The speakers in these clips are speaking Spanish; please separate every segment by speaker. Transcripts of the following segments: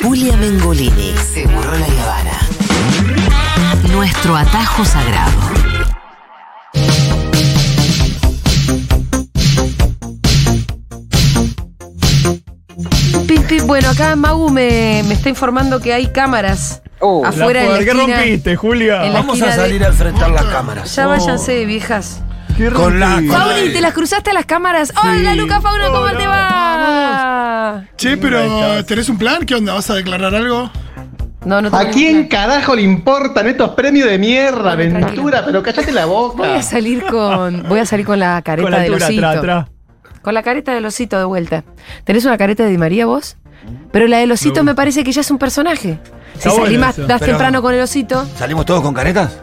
Speaker 1: Julia Mengolini. Seguro la Habana. Nuestro atajo sagrado.
Speaker 2: Pip, pip. Bueno, acá Magu me, me está informando que hay cámaras
Speaker 3: Oh.
Speaker 2: afuera en la
Speaker 4: ¿Por qué
Speaker 2: esquina.
Speaker 4: rompiste, Julia?
Speaker 2: en la
Speaker 5: Vamos
Speaker 2: esquina
Speaker 5: a
Speaker 2: de-
Speaker 5: salir a enfrentar las cámaras.
Speaker 2: Ya váyanse, viejas.
Speaker 4: ¿Qué
Speaker 5: Con la-
Speaker 4: rompiste?
Speaker 2: Fauni, te las cruzaste a las cámaras. Hola, Luca Fauna, ¿cómo te va?
Speaker 6: Che, pero ¿tenés un plan? ¿Qué onda? ¿Vas a declarar algo?
Speaker 2: No, no te
Speaker 3: ¿A quién carajo le importan estos premios de mierda,
Speaker 2: Dale,
Speaker 3: aventura? Pero cállate la
Speaker 2: Voy
Speaker 3: boca.
Speaker 2: a salir con. Voy a salir con la careta
Speaker 4: Con la
Speaker 2: del
Speaker 4: altura,
Speaker 2: osito.
Speaker 4: atrás, atrás.
Speaker 2: Con la careta del osito de vuelta. ¿Tenés una careta de Di María vos? Pero la del osito me parece que ya es un personaje. Si
Speaker 4: Está bueno
Speaker 2: salí más,
Speaker 4: eso.
Speaker 2: más
Speaker 5: Pero-
Speaker 2: temprano con el osito,
Speaker 5: ¿Salimos todos con caretas?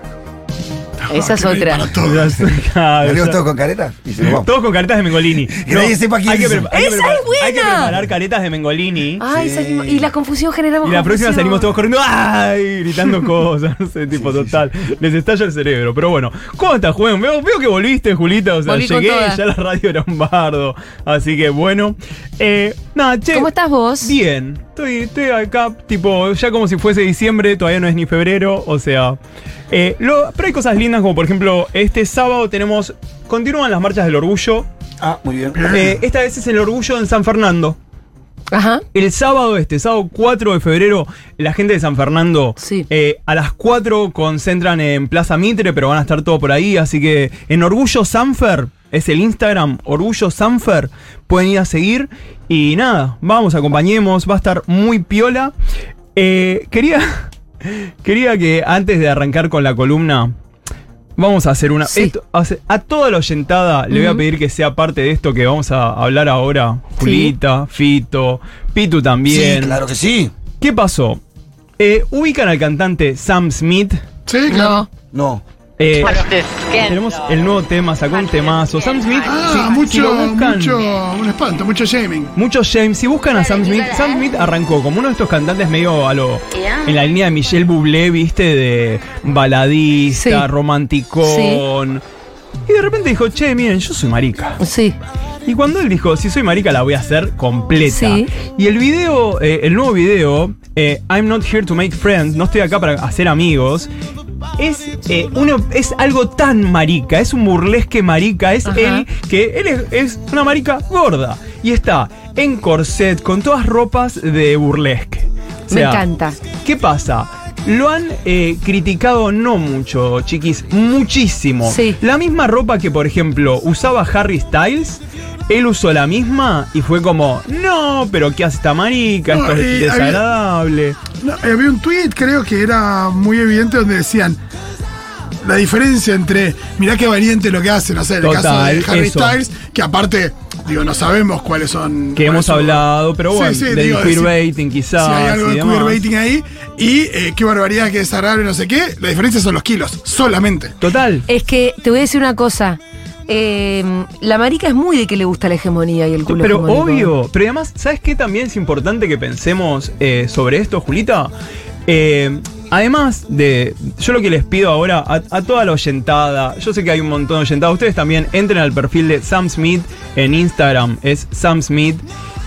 Speaker 2: esa es
Speaker 6: Ah, que
Speaker 2: otra.
Speaker 6: para todas.
Speaker 4: Ah,
Speaker 5: ¿Salimos
Speaker 4: esa-
Speaker 5: todos con caretas? Y se nos vamos.
Speaker 4: Todos con caretas de Mengolini.
Speaker 5: Que nadie sepa quién
Speaker 4: hay que
Speaker 5: hizo.
Speaker 4: pre- hay que
Speaker 2: ¡Esa
Speaker 4: preparar-
Speaker 2: es buena! Ah,
Speaker 4: Hay que preparar caretas de Mengolini.
Speaker 2: Ay, salimos- y la confusión generamos.
Speaker 4: Y la próxima
Speaker 2: confusión.
Speaker 4: salimos todos corriendo, ¡ay! gritando cosas, no sé, tipo total. Les estalla el cerebro, pero bueno. ¿Cómo estás, Juan? Veo, veo que volviste, Julita. O sea,
Speaker 2: Volví con
Speaker 4: llegué,
Speaker 2: todas.
Speaker 4: ya la radio era un bardo. Así que bueno. Eh, nada, che.
Speaker 2: ¿Cómo estás vos?
Speaker 4: Bien, estoy, estoy acá, tipo, ya como si fuese diciembre, todavía no es ni febrero, o sea. eh, lo- pero hay cosas lindas, como por ejemplo, este sábado tenemos. Continúan las marchas del orgullo.
Speaker 5: Ah, muy bien.
Speaker 4: Eh, esta vez es el orgullo en San Fernando.
Speaker 2: Ajá.
Speaker 4: El sábado, este sábado 4 de febrero, la gente de San Fernando
Speaker 2: Sí.
Speaker 4: eh, a las 4 concentran en Plaza Mitre, pero van a estar todo por ahí. Así que en Orgullo Sanfer, es el Instagram, Orgullo Sanfer, pueden ir a seguir. Y nada, vamos, acompañemos, va a estar muy piola. Eh, quería, quería que antes de arrancar con la columna, Vamos a hacer una.
Speaker 2: Sí.
Speaker 4: esto- hace- a toda la oyentada le voy a
Speaker 2: Ujú.
Speaker 4: pedir que sea parte de esto que vamos a hablar ahora. Julita, Fito, Pitu también.
Speaker 5: Sí, claro que sí.
Speaker 4: ¿Qué pasó? Eh, ubican al cantante Sam Smith.
Speaker 6: Sí, claro.
Speaker 2: No.
Speaker 5: No.
Speaker 4: Eh, tenemos el nuevo tema, sacó un temazo. Sam Smith, si-
Speaker 6: Ah,
Speaker 4: si,
Speaker 6: mucho,
Speaker 4: lo buscan.
Speaker 6: mucho, un espanto, mucho shaming.
Speaker 4: Mucho James, si buscan a Sam Smith, Sam Smith arrancó como uno de estos cantantes medio a lo. en la línea de Michelle Bublé, viste, de baladista,
Speaker 2: Sí.
Speaker 4: romanticón. Y de repente dijo, che, miren, yo soy marica.
Speaker 2: Sí.
Speaker 4: Y cuando él dijo, si soy marica, la voy a hacer completa.
Speaker 2: Sí.
Speaker 4: Y el video, eh, el nuevo video, eh, I'm not here to make friends, no estoy acá para hacer amigos, es, eh, uno, es algo tan marica, es un burlesque marica, es
Speaker 2: Ajá.
Speaker 4: él que él es, es una marica gorda. Y está en corset, con todas ropas de burlesque. O
Speaker 2: Me
Speaker 4: sea,
Speaker 2: encanta.
Speaker 4: ¿Qué pasa? Lo han eh, criticado no mucho, chiquis, muchísimo.
Speaker 2: Sí.
Speaker 4: La misma ropa que, por ejemplo, usaba Harry Styles, él usó la misma y fue como, no, pero ¿qué hace esta marica? Esto
Speaker 6: No,
Speaker 4: es
Speaker 6: eh,
Speaker 4: desagradable.
Speaker 6: No, eh, había un tweet, creo que era muy evidente, donde decían la diferencia entre mirá qué valiente lo que hacen, no sé, el
Speaker 4: Total,
Speaker 6: caso de Harry
Speaker 4: eso.
Speaker 6: Styles, que aparte, digo, no sabemos cuáles son.
Speaker 4: Que
Speaker 6: cuáles
Speaker 4: hemos
Speaker 6: son-
Speaker 4: hablado, pero
Speaker 6: Sí,
Speaker 4: bueno,
Speaker 6: sí,
Speaker 4: del
Speaker 6: digo,
Speaker 4: queerbaiting
Speaker 6: Si
Speaker 4: quizás.
Speaker 6: hay algo
Speaker 4: y
Speaker 6: de
Speaker 4: demás.
Speaker 6: queerbaiting ahí, y eh, qué barbaridad, qué desagradable, no sé qué. La diferencia son los kilos, solamente.
Speaker 4: Total.
Speaker 2: Es que te voy a decir una cosa. Eh, la marica es muy de que le gusta la hegemonía y el culo.
Speaker 4: Pero
Speaker 2: hegemónico.
Speaker 4: obvio, pero además, ¿sabes qué también es importante que pensemos eh, sobre esto, Julita? Eh, además de, yo lo que les pido ahora a, a toda la oyentada, yo sé que hay un montón de oyentada, ustedes también entren al perfil de Sam Smith en Instagram, es Sam Smith,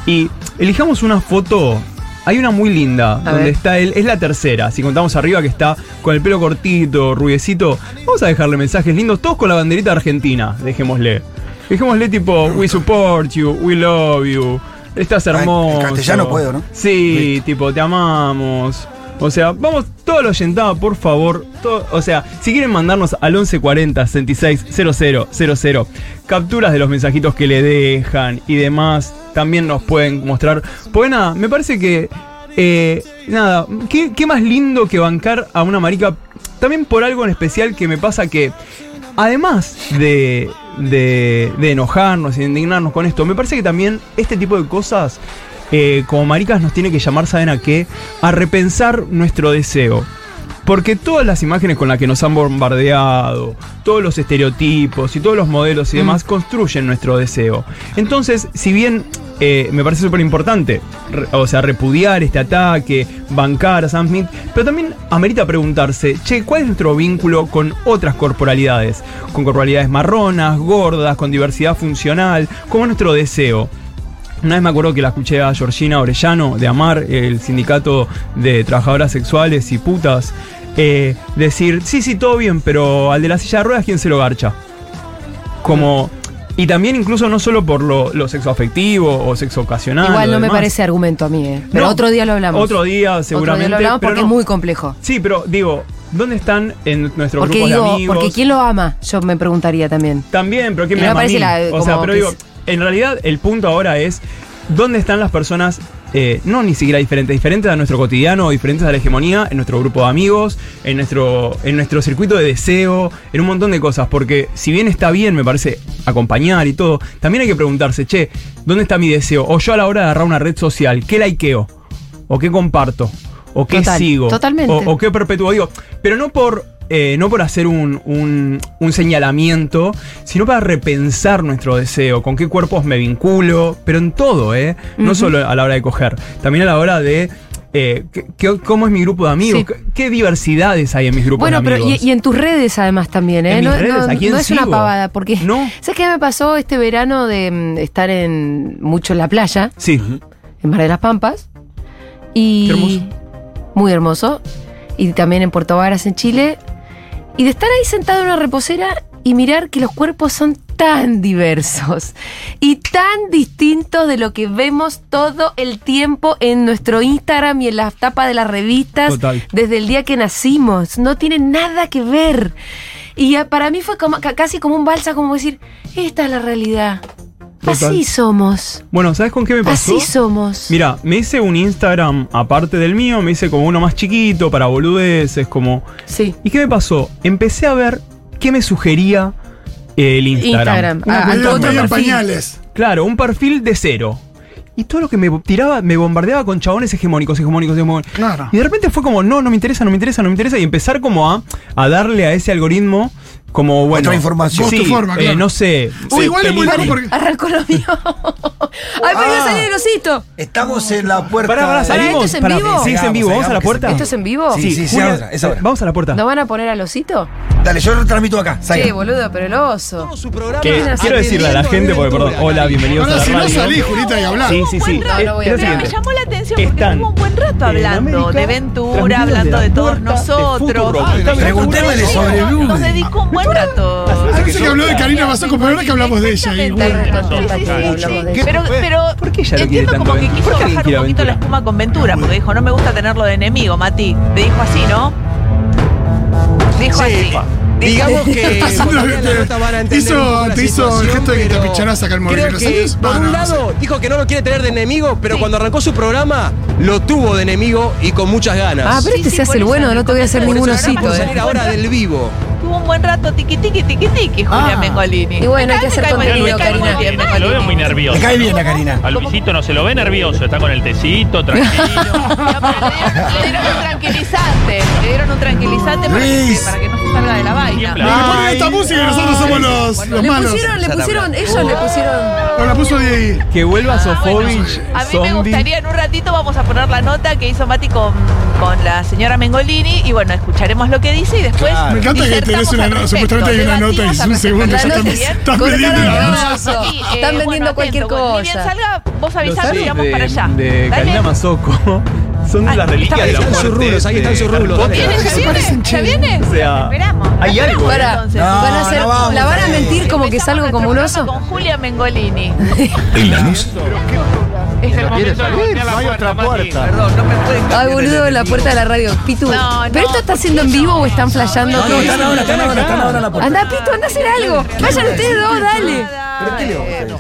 Speaker 4: y elijamos una foto. Hay una muy linda, donde
Speaker 2: ver.
Speaker 4: está él, es la tercera, si contamos arriba que está con el pelo cortito, rubiecito, vamos a dejarle mensajes lindos, todos con la banderita argentina, dejémosle. Dejémosle tipo, we support you, we love you, estás
Speaker 5: Ah, en
Speaker 4: hermoso.
Speaker 5: castellano puedo, ¿no?
Speaker 4: Sí, tipo, te amamos. O sea, vamos, todo lo oyentada, por favor. todo- o sea, si quieren mandarnos al 1140 66 0000 capturas de los mensajitos que le dejan y demás, también nos pueden mostrar. Pues nada, me parece que. eh, nada, ¿qué, qué más lindo que bancar a una marica. También por algo en especial que me pasa que. Además de, de, de enojarnos y de indignarnos con esto, me parece que también este tipo de cosas, eh, como maricas, nos tiene que llamar, ¿saben a qué? A repensar nuestro deseo. Porque todas las imágenes con las que nos han bombardeado, todos los estereotipos y todos los modelos y demás construyen nuestro deseo. Entonces, si bien eh, me parece súper importante, re- o sea, repudiar este ataque, bancar a Sam Smith, pero también amerita preguntarse, che, ¿cuál es nuestro vínculo con otras corporalidades? Con corporalidades marronas, gordas, con diversidad funcional, ¿cómo es nuestro deseo? Una vez me acuerdo que la escuché a Georgina Orellano de Amar, el sindicato de trabajadoras sexuales y putas, eh, decir, sí, sí, todo bien, pero al de la silla de ruedas, ¿quién se lo garcha? Como... Y también incluso no solo por lo, lo sexoafectivo o sexo ocasional.
Speaker 2: Igual
Speaker 4: o
Speaker 2: no me
Speaker 4: Ah, demás.
Speaker 2: parece argumento a mí, ¿eh? Pero
Speaker 4: No.
Speaker 2: otro día lo hablamos.
Speaker 4: Otro día, seguramente.
Speaker 2: Otro día lo hablamos
Speaker 4: pero
Speaker 2: porque es
Speaker 4: no.
Speaker 2: muy complejo.
Speaker 4: Sí, pero digo, ¿dónde están en nuestros
Speaker 2: Porque
Speaker 4: grupos de
Speaker 2: digo,
Speaker 4: amigos?
Speaker 2: porque ¿quién lo ama? Yo me preguntaría también.
Speaker 4: También, pero ¿qué
Speaker 2: Y
Speaker 4: me
Speaker 2: no
Speaker 4: ama a
Speaker 2: parece
Speaker 4: mí?
Speaker 2: la-
Speaker 4: O sea,
Speaker 2: como
Speaker 4: pero
Speaker 2: que
Speaker 4: digo,
Speaker 2: es-
Speaker 4: en realidad el punto ahora es dónde están las personas, eh, no ni siquiera diferentes, diferentes a nuestro cotidiano, diferentes a la hegemonía, en nuestro grupo de amigos, en nuestro, en nuestro circuito de deseo, en un montón de cosas. Porque si bien está bien, me parece, acompañar y todo, también hay que preguntarse, che, ¿dónde está mi deseo? O yo a la hora de agarrar una red social, ¿qué likeo? ¿O qué comparto? ¿O qué
Speaker 2: Total,
Speaker 4: sigo?
Speaker 2: totalmente.
Speaker 4: O- o qué perpetuo. Digo, pero no por, eh, no por hacer un, un- un señalamiento, sino para repensar nuestro deseo, con qué cuerpos me vinculo, pero en todo, ¿eh? No solo a la hora de coger, también a la hora de. eh, qué- qué- ¿Cómo es mi grupo de amigos?
Speaker 2: Sí.
Speaker 4: ¿Qué, qué diversidades hay en mis grupos
Speaker 2: Bueno,
Speaker 4: de
Speaker 2: pero
Speaker 4: amigos?
Speaker 2: y, y en tus redes además también, ¿eh?
Speaker 4: En mis
Speaker 2: no,
Speaker 4: redes,
Speaker 2: no-
Speaker 4: ¿a quién
Speaker 2: no es una
Speaker 4: sigo?
Speaker 2: pavada, porque
Speaker 4: No.
Speaker 2: ¿sabes qué me pasó este verano de mm, estar en mucho en la playa,
Speaker 4: Sí,
Speaker 2: en Mar de las Pampas? Y
Speaker 4: Qué hermoso.
Speaker 2: muy hermoso. Y también en Puerto Varas en Chile. Y de estar ahí sentado en una reposera y mirar que los cuerpos son tan diversos y tan distintos de lo que vemos todo el tiempo en nuestro Instagram y en las tapas de las revistas
Speaker 4: Total.
Speaker 2: desde el día que nacimos. No tiene nada que ver. Y ah, para mí fue como, ca- casi como un balsa, como decir, esta es la realidad.
Speaker 4: Total.
Speaker 2: Así somos.
Speaker 4: Bueno, ¿sabes con qué me pasó?
Speaker 2: Así somos.
Speaker 4: Mira, me hice un Instagram aparte del mío, me hice como uno más chiquito para boludeces, como
Speaker 2: Sí.
Speaker 4: ¿Y qué me pasó? Empecé a ver qué me sugería el Instagram.
Speaker 2: Instagram. Ah,
Speaker 6: Medio-
Speaker 2: otro
Speaker 6: medio en
Speaker 2: perfil.
Speaker 6: pañales.
Speaker 4: Claro, un perfil de cero. Y todo lo que me tiraba, me bombardeaba con chabones hegemónicos, hegemónicos, hegemónicos.
Speaker 6: Claro.
Speaker 4: Y de repente fue como, no, no me interesa, no me interesa, no me interesa. Y empezar como a, a darle a ese algoritmo como, bueno.
Speaker 5: Otra información.
Speaker 4: Sí,
Speaker 6: Vos tu forma,
Speaker 4: eh,
Speaker 6: claro.
Speaker 4: no sé.
Speaker 6: Uy, igual es muy
Speaker 4: película.
Speaker 6: loco porque.
Speaker 2: Arrancó lo mío. Ay, pero iba a salir el osito.
Speaker 5: Estamos en la puerta.
Speaker 4: Pará, pará,
Speaker 5: de-
Speaker 2: Pará,
Speaker 4: salimos.
Speaker 2: ¿esto es en
Speaker 4: pará.
Speaker 2: vivo?
Speaker 4: Sí, es en vivo.
Speaker 5: Hagamos,
Speaker 4: Vamos a la
Speaker 5: hagamos,
Speaker 4: puerta.
Speaker 2: ¿Esto es en vivo?
Speaker 5: Sí, sí, sí,
Speaker 4: Julia,
Speaker 5: ahora, es ahora.
Speaker 4: Vamos a la puerta.
Speaker 2: ¿No van a poner al osito?
Speaker 5: Dale, yo lo transmito acá.
Speaker 2: Sí,
Speaker 5: salga.
Speaker 2: boludo, pero el oso.
Speaker 4: Que
Speaker 2: Mira,
Speaker 4: quiero decirle a la gente, porque perdón, hola, bienvenidos a
Speaker 6: Ahora
Speaker 4: la
Speaker 6: si no
Speaker 4: radio.
Speaker 6: salí, Julita, y hablá.
Speaker 4: Sí, sí, sí.
Speaker 2: No, no voy
Speaker 4: Eh,
Speaker 2: a
Speaker 4: es lo
Speaker 2: hablar.
Speaker 7: Pero me
Speaker 4: siguiente.
Speaker 7: llamó la atención porque
Speaker 4: Están
Speaker 7: estuvo un buen rato
Speaker 4: en
Speaker 7: hablando
Speaker 4: América,
Speaker 7: de Ventura,
Speaker 4: transmitidos
Speaker 7: hablando de
Speaker 4: desde la
Speaker 7: todos
Speaker 4: puerta de
Speaker 7: nosotros. Ah,
Speaker 4: Futuro. Está bien.
Speaker 5: Preguntémosle
Speaker 7: Sí,
Speaker 5: sobre
Speaker 7: nos-
Speaker 5: Blue.
Speaker 7: Nos dedicó un buen rato.
Speaker 6: Ah, pensé que habló de Karina Mazo, pero ahora que hablamos de ella. y
Speaker 7: Exactamente.
Speaker 6: bueno.
Speaker 7: Sí, sí,
Speaker 2: Hablamos
Speaker 7: sí,
Speaker 2: de
Speaker 7: sí.
Speaker 2: ella.
Speaker 7: Pero, pero
Speaker 4: ¿Por qué ella lo quiere
Speaker 7: entiendo
Speaker 4: tanto
Speaker 7: como que
Speaker 4: Ventura?
Speaker 7: quiso
Speaker 4: ¿Por qué alguien
Speaker 7: bajar un
Speaker 4: quiere a
Speaker 7: poquito
Speaker 4: Ventura?
Speaker 7: la espuma con Ventura, porque dijo, no me gusta tenerlo de enemigo, Mati. Te dijo así, ¿no? Dijo así.
Speaker 8: Digamos
Speaker 6: Este,
Speaker 8: que
Speaker 6: Sandra,
Speaker 8: Porque
Speaker 6: te-
Speaker 8: la nota van a entender
Speaker 6: eh. hizo-
Speaker 8: un poco la
Speaker 6: te hizo el
Speaker 8: situación,
Speaker 6: gesto de que te
Speaker 8: pero
Speaker 6: picharas acá al morir.
Speaker 8: Creo
Speaker 6: ¿Los
Speaker 8: que,
Speaker 6: años?
Speaker 8: por
Speaker 6: Ah, no,
Speaker 8: un
Speaker 6: no sé.
Speaker 8: lado, dijo que no lo quiere tener de enemigo, pero
Speaker 7: Sí.
Speaker 8: cuando arrancó su programa, lo tuvo de enemigo y con muchas ganas.
Speaker 2: Ah, pero
Speaker 7: Sí,
Speaker 2: este
Speaker 7: sí,
Speaker 2: se hace
Speaker 7: por
Speaker 2: el
Speaker 7: eso
Speaker 2: bueno,
Speaker 7: me
Speaker 2: no te voy a hacer
Speaker 7: comentó.
Speaker 2: ningún
Speaker 7: Por eso ahora
Speaker 2: osito,
Speaker 8: Vamos a
Speaker 7: vamos
Speaker 2: eh.
Speaker 8: salir ahora del vivo.
Speaker 7: Tuvo un buen rato, tiqui, tiqui, tiqui, tiqui, Julia
Speaker 5: Ah.
Speaker 7: Mengolini.
Speaker 2: Y bueno, hay que
Speaker 7: Me
Speaker 2: hacer
Speaker 7: cae muy bien,
Speaker 2: contenido,
Speaker 7: me cae muy
Speaker 2: Karina.
Speaker 7: bien,
Speaker 9: Bien, Lo veo muy nervioso.
Speaker 5: Me cae bien la Karina.
Speaker 9: A Luisito no se lo ve nervioso, está con el tecito, tranquilo.
Speaker 7: No, pero le dieron- Le dieron un tranquilizante. Le dieron un tranquilizante para que,
Speaker 5: Luis.
Speaker 7: para que no se salga de la vaina.
Speaker 9: Siempre
Speaker 6: Y le ponen esta música y nosotros somos los, los
Speaker 2: Le
Speaker 6: malos.
Speaker 2: pusieron, le pusieron, ellos le pusieron.
Speaker 6: Pero la puso Diego.
Speaker 4: Que vuelva
Speaker 7: Ah, Bueno,
Speaker 4: Sofovich,
Speaker 7: a mí me
Speaker 4: zombie.
Speaker 7: gustaría en un ratito vamos a poner la nota que hizo Mati con, con la señora Mengolini y bueno, escucharemos lo que dice y después.
Speaker 5: Claro.
Speaker 6: Me encanta que tenés una nota, supuestamente hay una nota y es un segundo,
Speaker 2: La
Speaker 6: ya
Speaker 2: nota
Speaker 6: están,
Speaker 2: es-
Speaker 6: están
Speaker 2: cortaron
Speaker 6: vendiendo
Speaker 2: el
Speaker 6: la
Speaker 2: brazo.
Speaker 7: eh,
Speaker 2: Están vendiendo cualquier
Speaker 7: Ni bien
Speaker 2: cosa.
Speaker 7: salga, vos
Speaker 4: Los
Speaker 7: avisame y
Speaker 4: aros
Speaker 7: vamos
Speaker 4: de-
Speaker 7: para allá.
Speaker 4: De
Speaker 7: Dale.
Speaker 4: Karina Mazoco son de
Speaker 7: Ay,
Speaker 4: las reliquias de la
Speaker 8: están sus
Speaker 4: muerte.
Speaker 8: rulos, ahí están
Speaker 4: de
Speaker 8: sus rulos,
Speaker 4: Harry
Speaker 8: dale.
Speaker 4: Potter.
Speaker 7: ¿Viene? ¿Ya viene? ¿Ya viene?
Speaker 4: O sea,
Speaker 7: Esperamos.
Speaker 4: hay algo,
Speaker 7: Esperamos,
Speaker 2: Para,
Speaker 7: entonces.
Speaker 2: van a
Speaker 5: No,
Speaker 2: hacer,
Speaker 5: no vamos,
Speaker 2: la van a
Speaker 5: no.
Speaker 2: mentir como que
Speaker 7: Empezamos
Speaker 2: salgo como un
Speaker 7: nuestro
Speaker 2: oso.
Speaker 7: programa Con Julia Mengolini.
Speaker 10: En Lanús,
Speaker 7: Es el momento.
Speaker 9: no hay otra puerta.
Speaker 8: Perdón, no me pueden
Speaker 2: Ay, boludo, en la puerta de la radio. Pitu.
Speaker 7: No, no,
Speaker 2: ¿Pero esto está haciendo en vivo o están flasheando?
Speaker 5: No, no, están ahora, están ahora, están ahora en la puerta.
Speaker 2: Anda, Pitu, anda a hacer algo. Vayan ustedes dos, dale.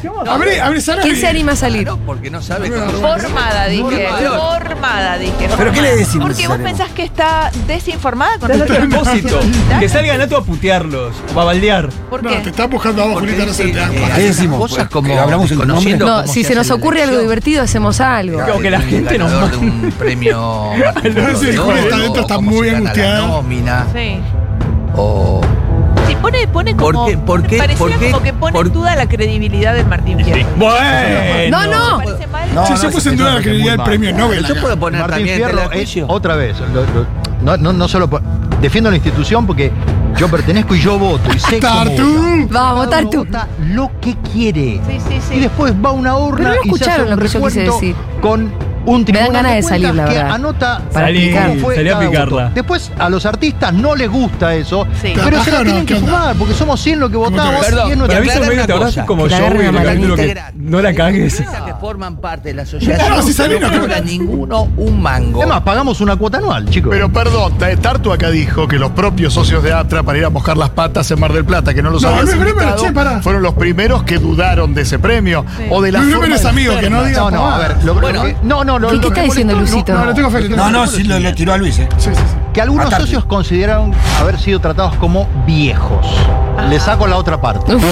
Speaker 6: nota. Abre, abre, Sara.
Speaker 2: ¿Quién se anima a salir?
Speaker 8: porque no sabe
Speaker 7: Formada, dije. Formada, dije.
Speaker 5: ¿Pero qué le decimos,
Speaker 7: Porque vos
Speaker 5: Saremo?
Speaker 7: pensás que está desinformada con
Speaker 4: Está Nato a
Speaker 7: respecto
Speaker 4: propósito. Que salga Nato a putearlos, o a baldear.
Speaker 7: a- ¿Por
Speaker 6: No,
Speaker 7: qué?
Speaker 6: te está empujando a vos, Julita, no se te da
Speaker 5: ¿Qué decimos? Pues, que hablamos en conociendo.
Speaker 2: No, si se nos ocurre algo divertido, hacemos algo.
Speaker 4: Como que la gente nos manda.
Speaker 11: un premio Martín
Speaker 6: No,
Speaker 11: Fierro
Speaker 6: sí,
Speaker 11: de
Speaker 6: Julia
Speaker 11: Oro,
Speaker 6: está adentro, está
Speaker 11: cómo
Speaker 6: muy
Speaker 11: se gana la
Speaker 6: angustiada.
Speaker 11: nómina,
Speaker 7: Sí.
Speaker 11: o-
Speaker 7: Sí, pone, pone
Speaker 11: ¿Por
Speaker 7: como.
Speaker 11: qué? ¿Por qué?
Speaker 7: Parecía
Speaker 11: ¿Por qué?
Speaker 7: como que pone en
Speaker 11: ¿Por-
Speaker 7: duda la credibilidad del Martín Fierro.
Speaker 4: Bueno.
Speaker 2: No, no.
Speaker 7: Parece mal.
Speaker 5: No,
Speaker 6: Sí,
Speaker 5: no,
Speaker 6: se
Speaker 5: sí,
Speaker 6: puso en
Speaker 5: sí, no,
Speaker 6: duda la
Speaker 5: que es
Speaker 6: credibilidad
Speaker 5: muy
Speaker 6: del premio
Speaker 5: mal.
Speaker 6: Nobel.
Speaker 11: Yo puedo poner
Speaker 10: Martín
Speaker 4: eh,
Speaker 11: también tela
Speaker 10: Fierro
Speaker 11: de
Speaker 10: es
Speaker 11: juicio.
Speaker 10: otra vez. lo- lo- no, no, no solo por- defiendo la institución porque
Speaker 11: Yo pertenezco y yo voto. Y sé cómo vota.
Speaker 6: ¡Tartu!
Speaker 2: Vamos,
Speaker 11: Cada uno
Speaker 2: Tartu.
Speaker 11: vota lo que quiere.
Speaker 7: Sí, sí, sí.
Speaker 11: Y después va a una
Speaker 2: Pero no
Speaker 11: urna y se hace
Speaker 2: escucharon
Speaker 11: un
Speaker 2: lo que yo quise
Speaker 11: recuento
Speaker 2: decir.
Speaker 11: con un
Speaker 2: Me dan
Speaker 11: tribunal
Speaker 2: ganas de
Speaker 11: cuentas
Speaker 2: salir, la
Speaker 11: que
Speaker 2: verdad.
Speaker 11: anota
Speaker 2: Para
Speaker 11: cómo
Speaker 2: picar.
Speaker 11: fue
Speaker 4: Salí a
Speaker 11: cada voto.
Speaker 4: picarla.
Speaker 11: Después a los artistas no les gusta eso,
Speaker 7: Sí.
Speaker 11: pero se
Speaker 6: ¿Trabajaron?
Speaker 11: la tienen que
Speaker 6: ¿Qué onda?
Speaker 11: fumar porque somos 100 los que
Speaker 6: te
Speaker 11: votamos
Speaker 6: ves?
Speaker 11: y es
Speaker 4: Para
Speaker 11: nuestra
Speaker 4: mí son
Speaker 5: aclarar
Speaker 4: medio
Speaker 5: una
Speaker 4: te acordás
Speaker 5: cosa.
Speaker 4: como
Speaker 2: Que la
Speaker 4: yo,
Speaker 2: agarren
Speaker 4: güey, el
Speaker 2: a
Speaker 4: capítulo que
Speaker 11: Malagón.
Speaker 4: no la cagues.
Speaker 11: Esas que forman parte de la asociación
Speaker 6: No, si Sabino
Speaker 11: no
Speaker 6: no-
Speaker 11: cobran
Speaker 5: ninguno un mango.
Speaker 11: Además, pagamos una cuota anual, chicos.
Speaker 10: Pero perdón, Ta- Tartu acá dijo que los propios socios de Atra para ir a mojar las patas en Mar del Plata, que no los
Speaker 6: No,
Speaker 10: habían
Speaker 6: Luis Bremer,
Speaker 10: invitado,
Speaker 6: che, pará.
Speaker 10: fueron los primeros que dudaron de ese premio o de la
Speaker 6: Luis
Speaker 10: forma
Speaker 6: Bremer es
Speaker 10: de-
Speaker 6: amigo, que no diga.
Speaker 11: no, no, a ver, lo,
Speaker 5: Bueno.
Speaker 11: lo que- no, no, lo-
Speaker 2: ¿Qué,
Speaker 11: lo
Speaker 2: qué
Speaker 11: que
Speaker 2: está
Speaker 11: molesta-
Speaker 2: diciendo Lucito?
Speaker 6: No, le tengo fe, le tengo
Speaker 5: No,
Speaker 6: fe.
Speaker 5: no, sí, lo, lo tiró a Luis, eh.
Speaker 6: Sí, sí, sí.
Speaker 11: que algunos
Speaker 5: Matarle.
Speaker 11: socios consideraron haber sido tratados como viejos. Le saco la otra parte.
Speaker 2: Uf,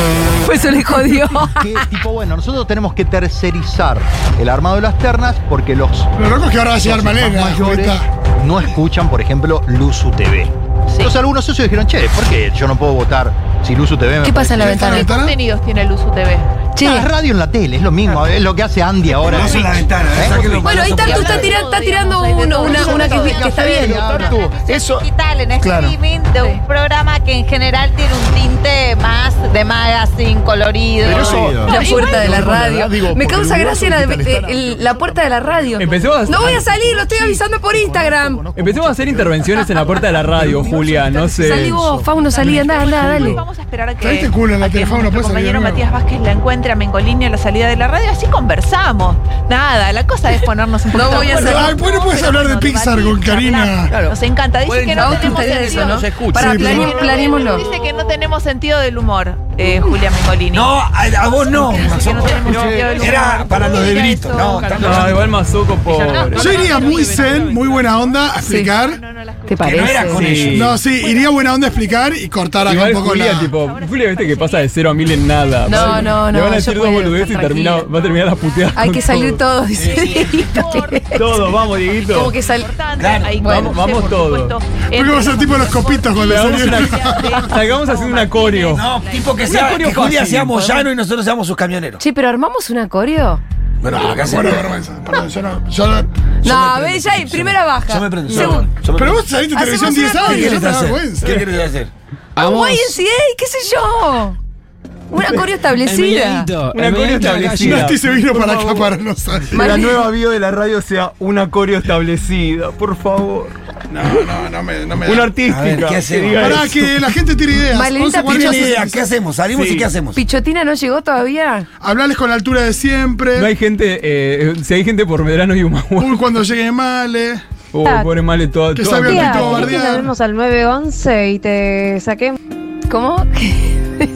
Speaker 2: eso le jodió.
Speaker 11: Que, tipo, bueno, nosotros tenemos que tercerizar el armado de las ternas porque los
Speaker 6: Lo loco es que ahora va a llegar
Speaker 11: socios más
Speaker 6: Malena.
Speaker 11: mayores
Speaker 6: ahorita.
Speaker 11: no escuchan, por ejemplo, Luzu TV. Entonces algunos socios dijeron, che, ¿por qué yo no puedo votar si Luzu TV me
Speaker 2: ¿Qué pasa en la
Speaker 6: ¿Qué está
Speaker 2: ventana?
Speaker 6: en
Speaker 7: ¿Qué contenidos tiene el Uso TV?
Speaker 2: Che.
Speaker 11: La radio en la tele, es lo mismo, es lo que hace Andy ahora.
Speaker 5: No es en la ventana,
Speaker 11: ¿Eh?
Speaker 5: sáquenlo para
Speaker 2: Bueno, ahí
Speaker 5: los
Speaker 2: Tartu está,
Speaker 5: ojos.
Speaker 2: tira- está tirando uno, una, una que, que está bien.
Speaker 10: Tartu, eso.
Speaker 12: digital en
Speaker 7: este
Speaker 10: Claro.
Speaker 12: streaming de un programa que en general tiene un tinte más de magazine colorido.
Speaker 10: Pero eso-
Speaker 2: La puerta de la
Speaker 10: Digo,
Speaker 2: radio.
Speaker 10: digo,
Speaker 2: Me
Speaker 10: porque
Speaker 2: causa
Speaker 10: el
Speaker 2: gracia la,
Speaker 10: universo digital
Speaker 2: eh,
Speaker 10: está-
Speaker 2: el- la puerta de la radio.
Speaker 4: Empecemos a-
Speaker 2: No voy a salir, lo estoy avisando por Instagram.
Speaker 4: Empecemos a hacer intervenciones en la puerta de la radio, Julia, no
Speaker 2: Salí
Speaker 4: sé.
Speaker 2: vos, Fauno, salí, andá, andá, dale.
Speaker 7: Vamos a esperar a que,
Speaker 6: Traete este culo en la
Speaker 7: a que
Speaker 6: teléfono,
Speaker 7: nuestro
Speaker 6: puede salir
Speaker 7: compañero
Speaker 6: de nuevo.
Speaker 7: Matías Vázquez la encuentre a Mengolini a la salida de la radio, así conversamos. Nada, la cosa es ponernos un poquito
Speaker 2: No voy a
Speaker 7: de acuerdo.
Speaker 6: hacer- Ay, bueno, puedes hablar de Pixar con Karina.
Speaker 7: Claro. Nos encanta, dice
Speaker 5: Pueden
Speaker 7: que
Speaker 2: A
Speaker 7: no
Speaker 2: vos te
Speaker 7: tenemos
Speaker 2: gustaría
Speaker 7: sentido.
Speaker 2: eso, ¿no?
Speaker 5: se escucha.
Speaker 2: Para
Speaker 6: Sí,
Speaker 2: plane-
Speaker 6: pero-
Speaker 2: planeémoslo.
Speaker 7: Dice que no tenemos sentido del humor, eh, Julia Mengolini.
Speaker 5: No, a, a vos no.
Speaker 7: Dice que no
Speaker 5: Mazoco.
Speaker 7: tenemos sentido del humor.
Speaker 5: Era para los de
Speaker 7: Mira
Speaker 5: Brito.
Speaker 7: eso.
Speaker 5: No, estamos
Speaker 4: No,
Speaker 5: hablando-
Speaker 4: igual Mazuco, pobre.
Speaker 6: Yo iría muy zen, muy buena onda a explicar.
Speaker 7: No, no la
Speaker 2: ¿Te
Speaker 7: escuché.
Speaker 5: Que no era con
Speaker 2: parece?
Speaker 4: Sí.
Speaker 6: No, sí, iría buena onda a explicar y cortar acá
Speaker 4: Igual
Speaker 6: un poco
Speaker 4: Julia,
Speaker 6: la.
Speaker 4: tipo, Julia, viste que pasa de cero a mil en nada.
Speaker 2: No,
Speaker 4: Va-
Speaker 2: no,
Speaker 4: Le
Speaker 2: no,
Speaker 4: van a
Speaker 2: yo
Speaker 4: decir dos
Speaker 2: puedo,
Speaker 4: boludeces y
Speaker 2: estar
Speaker 4: termina-
Speaker 2: tranquila.
Speaker 4: va a terminar las puteadas.
Speaker 2: Hay
Speaker 4: con
Speaker 2: que salir
Speaker 4: todo.
Speaker 2: todos, dice.
Speaker 4: Todo, vamos, Dieguito.
Speaker 2: Como que sal-
Speaker 7: Importante,
Speaker 5: Claro,
Speaker 7: ahí
Speaker 4: vamos-
Speaker 7: conoce,
Speaker 4: vamos
Speaker 7: por
Speaker 4: todos.
Speaker 7: supuesto,
Speaker 6: Porque va a ser tipo los copitos con
Speaker 4: Le
Speaker 6: la
Speaker 4: damos una-
Speaker 7: Martínez.
Speaker 4: salgamos haciendo una coreo.
Speaker 5: No, tipo que
Speaker 4: Una
Speaker 5: sea
Speaker 4: coreo
Speaker 5: que Julia
Speaker 4: fácil,
Speaker 5: sea Moyano y nosotros seamos sus camioneros.
Speaker 2: Che, pero armamos una coreo.
Speaker 5: Bueno,
Speaker 6: Ah,
Speaker 5: acá se
Speaker 6: bueno, vergüenza. Perdón, yo no. yo no-
Speaker 2: No, ve, ya ahí, primera baja.
Speaker 5: Yo me prendo. yo me
Speaker 2: Segun-
Speaker 5: prendo, yo me
Speaker 6: Pero
Speaker 5: prendo.
Speaker 6: vos saliste en
Speaker 2: Hacemos
Speaker 6: televisión 10
Speaker 2: una
Speaker 6: años,
Speaker 5: ¿Qué
Speaker 6: yo
Speaker 5: querés
Speaker 6: te da
Speaker 5: hacer?
Speaker 6: vergüenza.
Speaker 5: ¿Qué querés hacer?
Speaker 2: Un YMCA, qué sé yo. Una coreo establecida.
Speaker 4: Una coreo establecida.
Speaker 6: Nati este se vino
Speaker 4: Por
Speaker 6: para acá
Speaker 4: favor.
Speaker 6: para no salir.
Speaker 4: Que la nueva bio de la radio sea una coreo establecida, por favor.
Speaker 6: No, no, no me, no me
Speaker 4: Una
Speaker 6: da.
Speaker 4: artística.
Speaker 5: A ver, ¿qué
Speaker 4: que
Speaker 5: hacemos?
Speaker 4: diga
Speaker 6: Para
Speaker 4: eso.
Speaker 6: que la gente tiene ideas.
Speaker 2: Malenita
Speaker 6: 11,
Speaker 5: ¿Tienen
Speaker 6: 40,
Speaker 5: idea? ¿Qué hacemos? ¿Salimos
Speaker 4: Sí.
Speaker 5: y qué hacemos?
Speaker 2: ¿Pichotina no llegó todavía?
Speaker 6: Hablarles con la altura de siempre.
Speaker 4: No hay gente, eh, si hay gente por Medrano y Humahua,
Speaker 6: Uy, cuando llegue Male.
Speaker 4: oh, pobre male todo.
Speaker 6: Que
Speaker 4: todo-
Speaker 6: salga el
Speaker 4: todo-
Speaker 6: pito bardear.
Speaker 12: al 911 y te saqué
Speaker 2: ¿Cómo?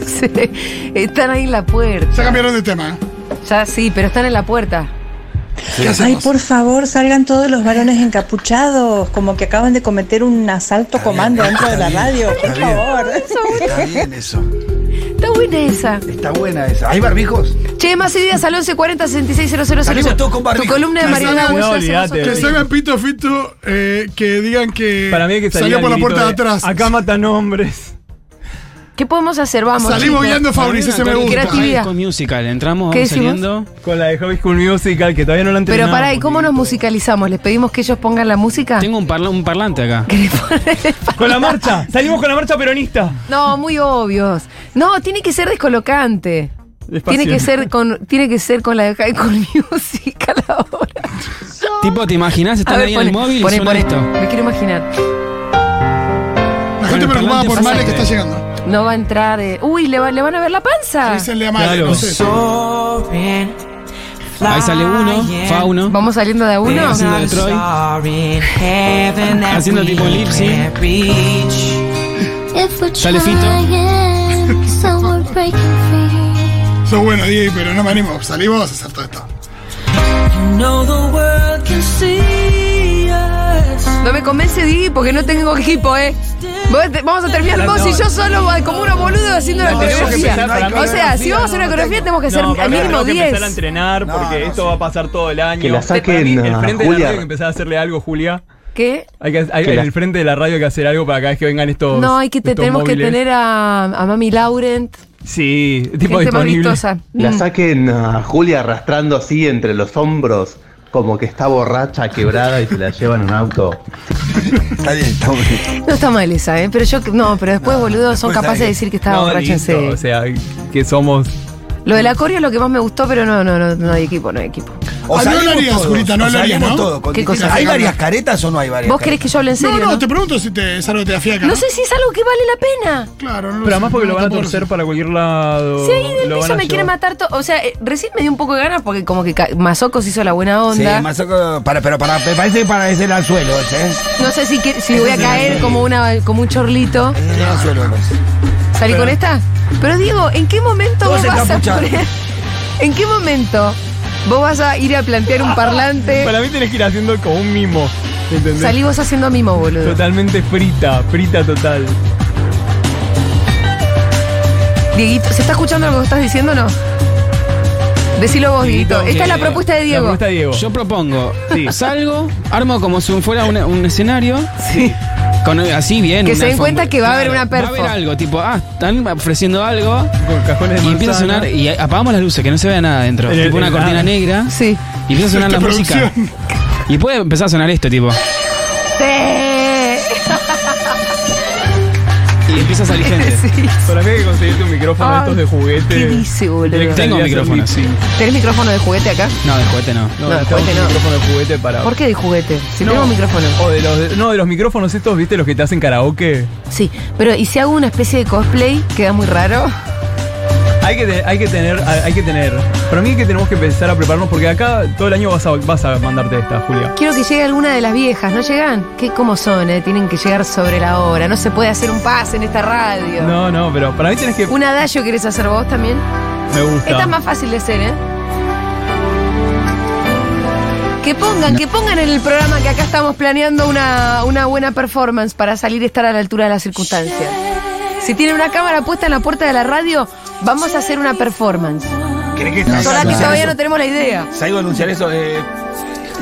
Speaker 2: Se- están ahí en la
Speaker 6: Ya
Speaker 2: puerta.
Speaker 6: cambiaron de tema. ¿eh?
Speaker 2: Ya sí, pero están en la puerta.
Speaker 6: ¿Qué hacemos?
Speaker 12: por favor, salgan todos los varones encapuchados, como que acaban de cometer un asalto comando dentro de la radio. Por favor.
Speaker 5: Está bien eso.
Speaker 2: Está buena esa.
Speaker 5: Está buena esa. ¿Hay barbijos?
Speaker 2: Che, más ideas al 1140
Speaker 5: Salimos
Speaker 2: 660000.
Speaker 5: todos con
Speaker 2: Tu
Speaker 5: barbijo.
Speaker 2: columna de
Speaker 6: Que
Speaker 2: Mariana Buesa
Speaker 6: salgan-
Speaker 4: No,
Speaker 2: hacemos
Speaker 4: olvidate.
Speaker 2: otro
Speaker 6: Que
Speaker 2: día.
Speaker 6: salgan Pito Fito, eh, que digan que,
Speaker 4: Para mí hay que salir
Speaker 6: salió por la puerta de atrás.
Speaker 4: Acá matan hombres.
Speaker 2: ¿Qué podemos hacer? Vamos.
Speaker 6: Salimos
Speaker 2: chicos.
Speaker 6: guiando Fabrice, ese me gusta.
Speaker 2: Creatividad.
Speaker 9: musical, entramos,
Speaker 2: ¿Qué vamos decís saliendo.
Speaker 4: Con la de High School Musical, que todavía no la han
Speaker 2: Pero pará, ¿y cómo nos musicalizamos? ¿Les pedimos que ellos pongan la música?
Speaker 9: un, parlante acá.
Speaker 4: Con la marcha. Salimos con la marcha peronista.
Speaker 2: No, muy obvios. No, tiene que ser descolocante.
Speaker 4: Despacio.
Speaker 2: Tiene que ser con tiene que ser con la de High School Music a la hora.
Speaker 9: Tipo, ¿te imaginas?
Speaker 4: Este
Speaker 2: A ver, poné- poné, poné. Me quiero imaginar.
Speaker 6: La gente
Speaker 9: Con el
Speaker 6: preocupada
Speaker 9: parlante
Speaker 6: por Male que
Speaker 9: pasante.
Speaker 6: está llegando.
Speaker 2: No va a entrar. eh, Uy, ¿le, va- le van a ver la
Speaker 13: Ah.
Speaker 2: panza.
Speaker 6: Dícenle a Male,
Speaker 4: Claro.
Speaker 6: no sé.
Speaker 9: Ahí sale uno, Fauno.
Speaker 2: Vamos saliendo Eh, de a uno.
Speaker 9: Haciendo de Troy. Haciendo tipo elipsis. Sale
Speaker 6: Sos bueno, Diego, pero no me animo. Salí vos a hacer todo esto.
Speaker 2: No me convence Di porque no tengo equipo, eh. Vos te- Vamos a terminar vos y yo solo va- como unos boludos haciendo la
Speaker 5: No, tenemos que
Speaker 2: coreografía.
Speaker 5: empezar, para mí
Speaker 2: O sea, si
Speaker 5: coreografía,
Speaker 2: vamos a hacer una
Speaker 5: no,
Speaker 2: coreografía tenemos que hacer
Speaker 4: No, para
Speaker 2: al
Speaker 4: mí
Speaker 2: mínimo
Speaker 4: tengo que empezar a
Speaker 2: 10.
Speaker 4: entrenar
Speaker 5: No,
Speaker 4: porque
Speaker 5: no,
Speaker 4: esto va a pasar todo el año.
Speaker 8: Que la
Speaker 4: Para mí,
Speaker 8: saquen
Speaker 4: el
Speaker 8: a
Speaker 4: frente de
Speaker 8: Julia.
Speaker 4: la radio hay que empezar a hacerle algo, Julia.
Speaker 2: ¿Qué?
Speaker 4: Hay que, hay-
Speaker 8: Que
Speaker 4: en
Speaker 8: la-
Speaker 4: el frente de la radio hay que hacer algo para cada vez que vengan estos.
Speaker 2: No, hay que te-
Speaker 4: estos
Speaker 2: tenemos que
Speaker 4: móviles.
Speaker 2: tener a, a Mami Laurent,
Speaker 4: Sí, tipo
Speaker 2: gente más
Speaker 4: disponible.
Speaker 2: vistosa.
Speaker 8: La
Speaker 2: Mm.
Speaker 8: saquen a Julia arrastrando así entre los hombros
Speaker 14: como que está borracha, quebrada y se la llevan en un auto.
Speaker 5: Está bien, está bien.
Speaker 2: No está mal esa, ¿eh? Pero yo, no, pero después, boludo, son
Speaker 4: después
Speaker 2: capaces
Speaker 4: está
Speaker 2: de
Speaker 4: bien.
Speaker 2: decir que estaba
Speaker 4: No,
Speaker 2: borracho en
Speaker 4: listo,
Speaker 2: serio.
Speaker 4: O sea, que somos.
Speaker 2: Lo de la coreo es lo que más me gustó, pero no, no, no, no hay equipo, no hay equipo.
Speaker 5: O
Speaker 6: Ah, no lo
Speaker 5: salimos
Speaker 6: harías,
Speaker 5: todos,
Speaker 6: Julita, no
Speaker 5: o
Speaker 6: lo harías,
Speaker 5: salimos
Speaker 6: ¿no?
Speaker 5: todos, con
Speaker 2: ¿Qué
Speaker 5: distintas-
Speaker 2: cosa?
Speaker 5: ¿Hay varias caretas o no hay varias
Speaker 2: ¿Vos querés que yo hable en serio?
Speaker 6: No, no, te pregunto si te, es algo que te da fiaca.
Speaker 2: No sé si es algo que vale la pena.
Speaker 6: Claro, no
Speaker 4: Pero además porque
Speaker 6: no
Speaker 4: lo van a
Speaker 6: tampoco
Speaker 4: torcer
Speaker 6: sé.
Speaker 4: para cualquier lado.
Speaker 2: Si ahí del
Speaker 4: lo van
Speaker 2: piso
Speaker 4: a
Speaker 2: me quiere
Speaker 4: llevar.
Speaker 2: matar todo. O sea, eh, recién me dio un poco de ganas porque como que ca- Mazocos hizo la buena
Speaker 5: Sí,
Speaker 2: onda.
Speaker 5: más o- para, pero para, me parece que para ese era el suelo, ¿eh?
Speaker 2: no sé si, que- si voy a
Speaker 5: Ese es
Speaker 2: caer
Speaker 5: el-
Speaker 2: como una como un chorlito.
Speaker 5: Ese era el suelo, no sé.
Speaker 2: ¿Salí con esta? Pero Diego, ¿en qué momento
Speaker 5: Todos
Speaker 2: vos vas a
Speaker 5: encapuchados.
Speaker 2: poner- ¿En qué momento vos vas a ir a plantear un parlante?
Speaker 4: Para mí tenés que ir haciendo como un mimo. ¿Entendés?
Speaker 2: Salí vos haciendo mimo, boludo.
Speaker 4: Totalmente frita, frita total.
Speaker 2: Dieguito, ¿se está escuchando lo que estás diciendo o no? Decilo vos, Dieguito. Esta es la propuesta de Diego.
Speaker 15: Yo propongo,
Speaker 4: Sí.
Speaker 15: salgo, armo como si fuera una- un escenario. Con, así bien.
Speaker 2: Que
Speaker 15: un
Speaker 2: se den
Speaker 15: iPhone,
Speaker 2: cuenta que va a haber
Speaker 15: claro,
Speaker 2: una perfo.
Speaker 15: Va a haber algo, tipo, ah, están ofreciendo algo.
Speaker 4: Con cajones de
Speaker 15: Y empieza a
Speaker 4: manzana.
Speaker 15: sonar, y apagamos las luces, que no se vea nada adentro.
Speaker 4: En el-
Speaker 15: Tipo una
Speaker 4: en-
Speaker 15: cortina
Speaker 4: ah.
Speaker 15: negra.
Speaker 2: Sí.
Speaker 15: Y empieza a sonar la
Speaker 4: Esta
Speaker 15: música.
Speaker 4: producción.
Speaker 15: Y puede empezar a sonar esto, tipo.
Speaker 2: Sí.
Speaker 15: Y empieza a salir gente.
Speaker 2: Sí.
Speaker 4: Para mí hay que conseguirte un micrófono de
Speaker 2: Ay,
Speaker 4: estos de juguete.
Speaker 2: ¿Qué dice,
Speaker 4: Tiene que
Speaker 2: boludo?
Speaker 4: salir
Speaker 15: Tengo
Speaker 4: a hacer
Speaker 15: micrófono,
Speaker 4: mixing.
Speaker 2: ¿Tenés micrófono de juguete acá?
Speaker 15: No, de juguete no.
Speaker 4: No,
Speaker 2: No, de
Speaker 4: necesitamos
Speaker 2: juguete
Speaker 4: un
Speaker 2: no.
Speaker 4: micrófono de juguete para.
Speaker 2: ¿Por qué de juguete? Si
Speaker 4: No.
Speaker 2: tengo micrófono.
Speaker 4: O de los de- no, de los micrófonos estos, ¿viste? Los que te hacen karaoke.
Speaker 2: Sí, pero ¿y si hago una especie de cosplay? Queda muy raro.
Speaker 4: Hay que, te- hay que tener, hay hay que tener. Para mí es que tenemos que empezar a prepararnos porque acá todo el año vas a, vas a mandarte esta, Julia.
Speaker 2: Quiero que llegue alguna de las viejas, ¿no llegan? ¿Qué, ¿Cómo son? eh? Tienen que llegar sobre la hora. No se puede hacer un pase en esta radio.
Speaker 4: No, no, pero para mí tenés que.
Speaker 2: ¿Un adagio querés hacer vos también?
Speaker 4: Me
Speaker 2: Esta
Speaker 4: gusta.
Speaker 2: es más fácil de hacer, ¿eh? Que pongan, que pongan en el programa que acá estamos planeando una, una buena performance para salir y estar a la altura de las circunstancias. Si tienen una cámara puesta en la puerta de la radio, vamos a hacer una performance.
Speaker 5: ¿Querés que
Speaker 2: Solo que
Speaker 5: anunciar
Speaker 2: todavía
Speaker 5: eso?
Speaker 2: no tenemos la idea.
Speaker 5: Salgo a anunciar eso. eh,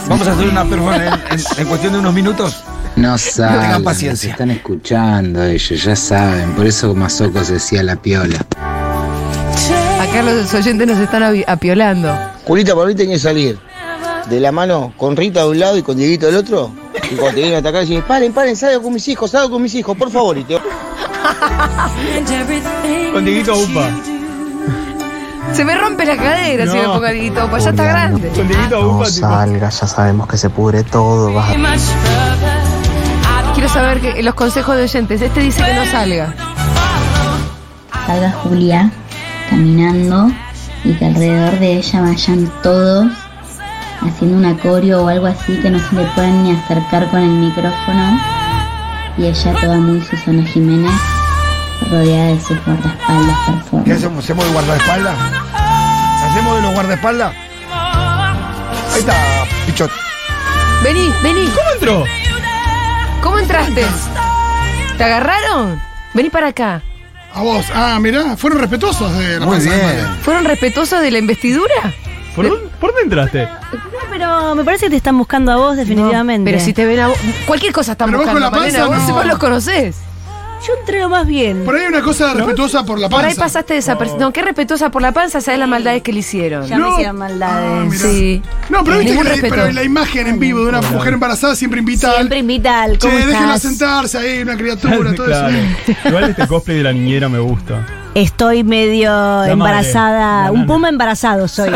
Speaker 5: vamos a hacer una performance en, en- en cuestión de unos minutos.
Speaker 16: No saben,
Speaker 5: tengan
Speaker 16: nos
Speaker 5: paciencia.
Speaker 16: están escuchando ellos, ya saben. Por eso Mazocos decía la piola.
Speaker 2: Acá los oyentes nos están avi- apiolando.
Speaker 17: Julita, para mí tenés que salir de la mano con Rita de un lado y con Dieguito del otro. Y cuando te vienen a atacar, decís, paren, paren, salgo con mis hijos, salgo con mis hijos, por favor. Y te...
Speaker 4: Con Dieguito Upa.
Speaker 2: Se me rompe la cadera si me
Speaker 4: No.
Speaker 2: pongo a Dieguito, pues ya está grande.
Speaker 4: Con Dieguito
Speaker 18: No
Speaker 4: Upa, tipo.
Speaker 18: salgas, ya sabemos que se pudre todo. Vas a...
Speaker 2: Quiero saber que, los consejos de oyentes. Este dice que no salga.
Speaker 19: salga Julia caminando y que alrededor de ella vayan todos haciendo un acorio o algo así que no se le puedan ni acercar con el micrófono y ella toda muy Susana Jiménez rodeada de sus guardaespaldas
Speaker 5: ¿Qué
Speaker 19: performance.
Speaker 5: hacemos? ¿Hacemos de guardaespaldas? ¿Hacemos de los guardaespaldas? Ahí está, pichot.
Speaker 2: Vení, vení.
Speaker 4: ¿Cómo entró?
Speaker 2: ¿Cómo entraste? ¿Te agarraron? Vení para acá.
Speaker 6: A vos. Ah, mirá, fueron respetuosos de la
Speaker 4: Muy
Speaker 6: panza de
Speaker 4: bien.
Speaker 6: mate.
Speaker 2: ¿Fueron respetuosos de la investidura?
Speaker 4: ¿Por, dónde- por dónde entraste?
Speaker 13: Pero me parece que te están buscando a vos, definitivamente.
Speaker 2: Pero si te ven a vos. Cualquier cosa están
Speaker 6: Pero vos
Speaker 2: buscando.
Speaker 6: con la
Speaker 2: Malena,
Speaker 6: panza
Speaker 2: vos,
Speaker 6: no.
Speaker 2: vos los conocés.
Speaker 13: Yo entrego más bien.
Speaker 6: Por ahí hay una cosa respetuosa por la panza.
Speaker 2: Por ahí pasaste desapercibido. No, qué respetuosa por la panza, sabés las maldades que le hicieron.
Speaker 13: Ya me hicieron maldades.
Speaker 2: Sí.
Speaker 6: Ah, No, pero viste que
Speaker 2: Ningún
Speaker 6: la,
Speaker 2: respeto.
Speaker 6: pero la imagen en vivo de una mujer embarazada siempre invita al.
Speaker 13: Siempre invita al.
Speaker 6: Che,
Speaker 13: ¿Cómo
Speaker 6: déjenla
Speaker 13: estás?
Speaker 6: sentarse ahí, una criatura, todo
Speaker 4: Claro.
Speaker 6: eso.
Speaker 4: Igual este cosplay de la niñera me gusta.
Speaker 2: Oh,
Speaker 13: Estoy medio
Speaker 4: madre,
Speaker 13: embarazada.
Speaker 4: la
Speaker 13: un
Speaker 4: nana.
Speaker 13: puma embarazado soy.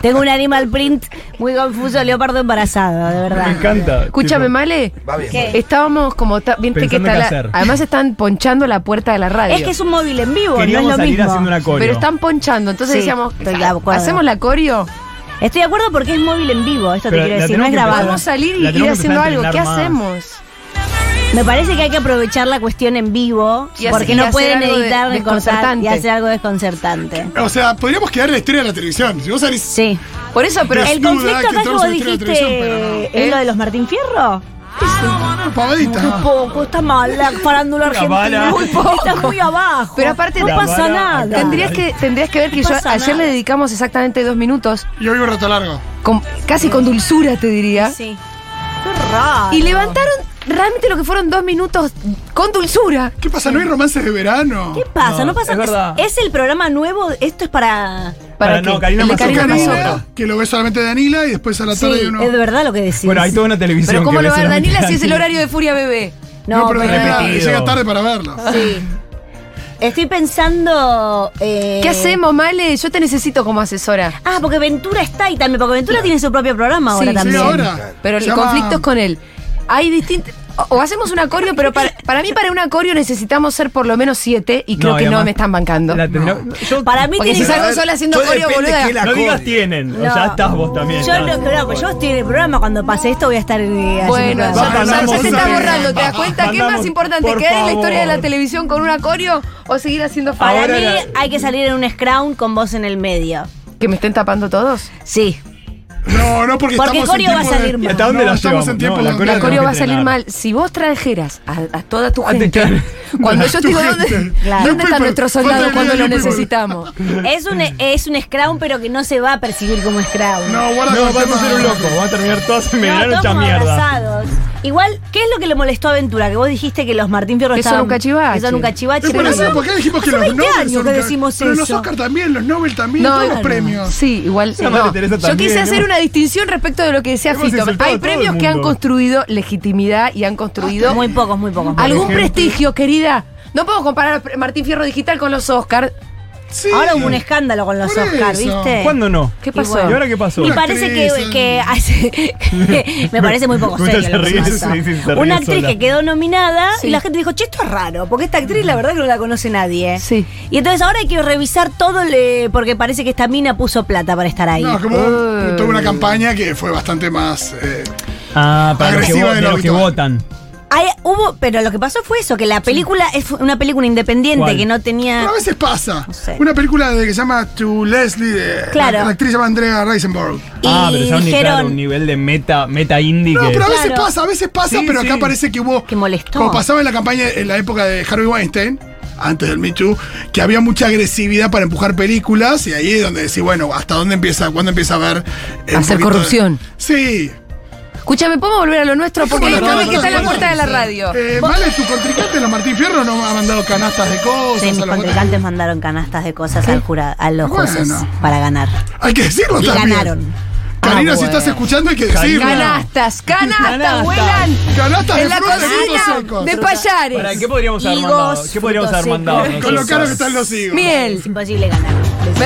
Speaker 13: Tengo un animal print muy confuso, leopardo embarazado, de verdad.
Speaker 4: Me encanta.
Speaker 2: Escúchame,
Speaker 4: tipo,
Speaker 2: Male.
Speaker 13: bien.
Speaker 2: ¿Qué? Estábamos como. ta- Viste que
Speaker 4: Pensando qué
Speaker 2: está la-
Speaker 4: hacer.
Speaker 2: Además están ponchando la puerta de la radio.
Speaker 13: Es que es un móvil en vivo,
Speaker 4: Queríamos
Speaker 13: no es lo
Speaker 4: salir
Speaker 13: mismo.
Speaker 4: haciendo una coreo.
Speaker 2: Pero están ponchando, entonces
Speaker 13: Sí,
Speaker 2: decíamos,
Speaker 13: estoy de acuerdo.
Speaker 2: ¿hacemos la coreo?
Speaker 13: Estoy de acuerdo porque es móvil en vivo, esto
Speaker 4: Pero
Speaker 13: te quiero
Speaker 4: la
Speaker 13: decir,
Speaker 4: tenemos
Speaker 13: no es
Speaker 4: que
Speaker 13: grabado.
Speaker 4: empezar
Speaker 2: Vamos a salir y
Speaker 4: La
Speaker 2: ir
Speaker 4: tenemos que
Speaker 2: haciendo
Speaker 4: empezar a
Speaker 2: algo. ¿Qué
Speaker 4: entrenar más.
Speaker 2: hacemos?
Speaker 13: Me parece que hay que aprovechar la cuestión en vivo
Speaker 2: Y hacer-
Speaker 13: porque
Speaker 2: y
Speaker 13: no
Speaker 2: hacer
Speaker 13: pueden
Speaker 2: algo de-
Speaker 13: editar, recortar
Speaker 2: desconcertante.
Speaker 13: y hacer algo desconcertante.
Speaker 6: O sea, podríamos quedar en la historia de la televisión. Si vos salís.
Speaker 13: Sí.
Speaker 2: Por eso, pero
Speaker 13: el
Speaker 6: duda
Speaker 13: conflicto
Speaker 6: que
Speaker 13: acá que
Speaker 6: entramos
Speaker 13: vos
Speaker 6: en la
Speaker 13: dijiste
Speaker 6: televisión, pero
Speaker 13: es
Speaker 6: ¿Eh?
Speaker 13: lo de los Martín Fierro.
Speaker 6: Pavadita.
Speaker 13: Muy poco, está mal la farándula
Speaker 6: Una bala.
Speaker 13: argentina.
Speaker 6: Muy
Speaker 2: poco.
Speaker 13: Está muy abajo.
Speaker 2: Pero aparte
Speaker 13: no
Speaker 2: te-
Speaker 13: pasa nada.
Speaker 2: Tendrías que, tendrías que ver que
Speaker 13: No
Speaker 2: yo
Speaker 13: pasa
Speaker 2: ayer
Speaker 13: nada.
Speaker 2: le dedicamos exactamente dos minutos,
Speaker 6: Y hoy un rato largo.
Speaker 2: con- casi con dulzura te diría.
Speaker 13: Sí. Qué raro.
Speaker 2: Y levantaron realmente lo que fueron dos minutos Con dulzura.
Speaker 6: ¿Qué pasa? ¿No hay romances de verano?
Speaker 13: ¿Qué pasa? No, pasa
Speaker 6: es
Speaker 13: nada.
Speaker 6: verdad.
Speaker 13: Es, el programa nuevo. Esto es para.
Speaker 4: Para, no, Karina
Speaker 6: El de
Speaker 4: Mazzocchi.
Speaker 6: Karina, que lo ve solamente Danila y después a la
Speaker 13: Sí,
Speaker 6: tarde hay uno.
Speaker 13: es de verdad lo que decís.
Speaker 4: Bueno, hay toda una televisión.
Speaker 2: Pero ¿cómo
Speaker 4: que
Speaker 2: lo va a ver
Speaker 4: solamente
Speaker 2: Danila si es el
Speaker 4: Danila.
Speaker 2: horario de Furia Bebé?
Speaker 13: No,
Speaker 6: pero
Speaker 13: pero-
Speaker 6: llega-
Speaker 4: repetido.
Speaker 6: llega tarde para verlo.
Speaker 13: Sí. Estoy pensando. eh,
Speaker 2: ¿Qué hacemos, Male? Yo te necesito como asesora.
Speaker 13: Ah, porque Ventura está y también, porque Ventura tiene su propio programa ahora
Speaker 2: Sí,
Speaker 13: también.
Speaker 2: sí, ahora. Pero el
Speaker 13: Llama-
Speaker 2: conflicto es con él. Hay distintos. O hacemos un acorio, pero para, para mí, para un acorio necesitamos ser por lo menos siete y creo
Speaker 4: No,
Speaker 2: que
Speaker 4: y
Speaker 2: no
Speaker 4: además-
Speaker 2: me están bancando.
Speaker 4: La tendrá- yo-
Speaker 13: Para mí
Speaker 2: Porque
Speaker 13: tiene
Speaker 2: si salgo sola haciendo
Speaker 13: Todo
Speaker 2: acorio,
Speaker 13: depende
Speaker 2: boluda.
Speaker 13: que la
Speaker 4: No digas tienen, o
Speaker 13: No.
Speaker 4: ya estás vos también.
Speaker 13: Yo
Speaker 4: estás.
Speaker 13: no, no, pero yo estoy en el programa. Cuando pase esto, voy a estar. eh, haciendo el
Speaker 2: Bueno,
Speaker 13: programa.
Speaker 2: ya, ya- ya se está borrando, ¿te das cuenta? ¿Qué es más
Speaker 4: Mandamos,
Speaker 2: importante?
Speaker 4: por
Speaker 2: ¿Quedar en la historia de la
Speaker 4: favor.
Speaker 2: televisión con un acorio o seguir haciendo
Speaker 13: Para
Speaker 2: faena?
Speaker 13: mí hay que salir en un scrown con vos en el medio.
Speaker 2: ¿Que me estén tapando todos?
Speaker 13: Sí.
Speaker 6: No, no, porque,
Speaker 13: Porque
Speaker 6: estamos en
Speaker 13: Corio va a
Speaker 6: tiempo de-
Speaker 13: salir mal.
Speaker 4: ¿Hasta dónde
Speaker 6: No,
Speaker 4: la
Speaker 6: estamos
Speaker 4: llevamos?
Speaker 6: en tiempo
Speaker 4: No,
Speaker 6: de-
Speaker 4: la
Speaker 2: El
Speaker 4: cola
Speaker 2: acorio
Speaker 4: tenemos
Speaker 2: va a
Speaker 4: que
Speaker 2: salir
Speaker 4: tener.
Speaker 2: mal. Si vos trajeras a, a toda tu
Speaker 4: Ah, te-
Speaker 2: gente, cuando yo te digo dónde,
Speaker 13: Claro.
Speaker 2: ¿dónde están nuestros soldados cuando lo necesitamos.
Speaker 13: Es un, e-, es un scrown, pero que no se va a percibir como scrown.
Speaker 6: No, guarda
Speaker 4: No,
Speaker 6: con
Speaker 4: vas a
Speaker 6: tema.
Speaker 4: ser un loco, va a terminar todas en verano
Speaker 13: todos
Speaker 4: hecha
Speaker 13: como
Speaker 4: mierda.
Speaker 13: abrazados. Igual, ¿qué es lo que le molestó a Ventura? Que vos dijiste que los Martín Fierro
Speaker 2: Que son
Speaker 13: estaban...
Speaker 2: un cachivache.
Speaker 13: Que son un cachivache.
Speaker 6: Eh, Pero por eso, ¿por qué dijimos que
Speaker 13: Hace
Speaker 6: los
Speaker 13: 20
Speaker 6: Nobel
Speaker 13: años
Speaker 6: son
Speaker 13: que
Speaker 6: un ca-
Speaker 13: decimos
Speaker 6: Pero los
Speaker 13: eso.
Speaker 6: Oscar también, los Nobel también,
Speaker 2: No,
Speaker 6: todos los
Speaker 2: bueno,
Speaker 6: premios.
Speaker 2: Sí, igual.
Speaker 4: Esa
Speaker 2: no.
Speaker 4: Madre Teresa
Speaker 2: Yo
Speaker 4: también,
Speaker 2: quise hacer
Speaker 4: ¿no?
Speaker 2: una distinción respecto de lo que decía
Speaker 4: Hemos
Speaker 2: Fito.
Speaker 4: insultado a
Speaker 2: Hay
Speaker 4: todo
Speaker 2: premios
Speaker 4: el
Speaker 2: que han
Speaker 4: mundo.
Speaker 2: construido legitimidad y han construido
Speaker 13: Muy pocos, muy pocos.
Speaker 2: algún
Speaker 4: ejemplo.
Speaker 2: prestigio, querida. No puedo comparar a Pre- Martín Fierro Digital con los Oscars.
Speaker 6: Sí.
Speaker 13: Ahora hubo un escándalo con los
Speaker 6: Por
Speaker 13: Oscars,
Speaker 6: eso.
Speaker 13: ¿viste?
Speaker 4: ¿Cuándo no?
Speaker 2: Eh, ¿Qué
Speaker 4: ¿Y
Speaker 2: pasó?
Speaker 4: ahora qué pasó?
Speaker 13: Me
Speaker 6: Una
Speaker 13: parece que,
Speaker 6: actriz,
Speaker 13: que hace- me parece muy poco
Speaker 4: Usted
Speaker 13: serio.
Speaker 4: se
Speaker 13: lo que
Speaker 4: ríe,
Speaker 13: pasa.
Speaker 4: sí, sí, se ríe
Speaker 13: Una actriz
Speaker 4: sola.
Speaker 13: que quedó nominada
Speaker 2: Sí.
Speaker 13: y la gente dijo, che, esto es raro, porque esta actriz la verdad que no la conoce nadie.
Speaker 2: Sí.
Speaker 13: Y entonces ahora hay que revisar todo el- eh, porque parece que esta mina puso plata para estar ahí.
Speaker 6: No, es como
Speaker 13: Uh.
Speaker 2: Uy.
Speaker 6: tuve una campaña que fue bastante más. eh,
Speaker 4: Ah, para los que,
Speaker 6: Agresiva
Speaker 4: vo-
Speaker 6: de
Speaker 4: de
Speaker 6: lo
Speaker 4: los que
Speaker 6: habitual.
Speaker 4: votan.
Speaker 13: Hay- hubo, pero lo que pasó fue eso, que la película es una película independiente
Speaker 4: ¿Cuál?
Speaker 13: que no tenía...
Speaker 6: Pero a veces pasa.
Speaker 13: No sé.
Speaker 6: Una película de que se llama To Leslie, de
Speaker 13: Claro.
Speaker 6: la, la actriz se llama Andrea Reisenborg.
Speaker 4: Ah, pero
Speaker 13: y
Speaker 4: ya un, claro, un
Speaker 13: dijeron
Speaker 4: nivel de meta, meta indie
Speaker 6: No,
Speaker 4: que.
Speaker 6: pero a veces
Speaker 13: Claro.
Speaker 6: pasa, a veces pasa,
Speaker 4: Sí,
Speaker 6: pero acá
Speaker 4: sí.
Speaker 6: parece que hubo.
Speaker 13: que molestó.
Speaker 6: Como pasaba en la campaña en la época de Harvey Weinstein, antes del Me Too, que había mucha agresividad para empujar películas, y ahí es donde decís, bueno, ¿hasta dónde empieza? ¿Cuándo empieza a haber. eh, un
Speaker 2: Hacer
Speaker 6: poquito de-
Speaker 2: corrupción.
Speaker 6: Sí.
Speaker 2: Escúchame, ¿podemos volver a lo nuestro? Porque hay
Speaker 6: Bueno,
Speaker 2: un
Speaker 6: no,
Speaker 2: hombre
Speaker 6: no,
Speaker 2: que está en
Speaker 6: no,
Speaker 2: la
Speaker 6: no,
Speaker 2: puerta de la
Speaker 6: no.
Speaker 2: radio.
Speaker 6: Eh, vale, tu contrincante, los Martín Fierro, no ha mandado canastas de cosas.
Speaker 13: Sí,
Speaker 6: a
Speaker 13: mis
Speaker 6: los-
Speaker 13: contrincantes mandaron canastas de cosas al jura, a los
Speaker 6: Bueno.
Speaker 13: jueces para ganar.
Speaker 6: Hay que decirlo
Speaker 13: Y
Speaker 6: también.
Speaker 13: ganaron.
Speaker 6: Karina,
Speaker 2: Ah,
Speaker 6: si
Speaker 2: bueno.
Speaker 6: estás escuchando, hay que decirlo.
Speaker 2: Canastas, canastas,
Speaker 4: Canastas.
Speaker 2: vuelan.
Speaker 6: Canastas de
Speaker 2: En la
Speaker 6: frutas y frutos
Speaker 2: cocina
Speaker 6: secos.
Speaker 2: de payares.
Speaker 4: Pará, ¿Qué podríamos haber
Speaker 13: Higos,
Speaker 4: mandado? ¿Qué podríamos haber
Speaker 13: frutos
Speaker 4: mandado?
Speaker 13: secos.
Speaker 6: Con lo
Speaker 4: nosotros?
Speaker 6: caro que están los higos.
Speaker 2: Miel,
Speaker 13: Es imposible ganar.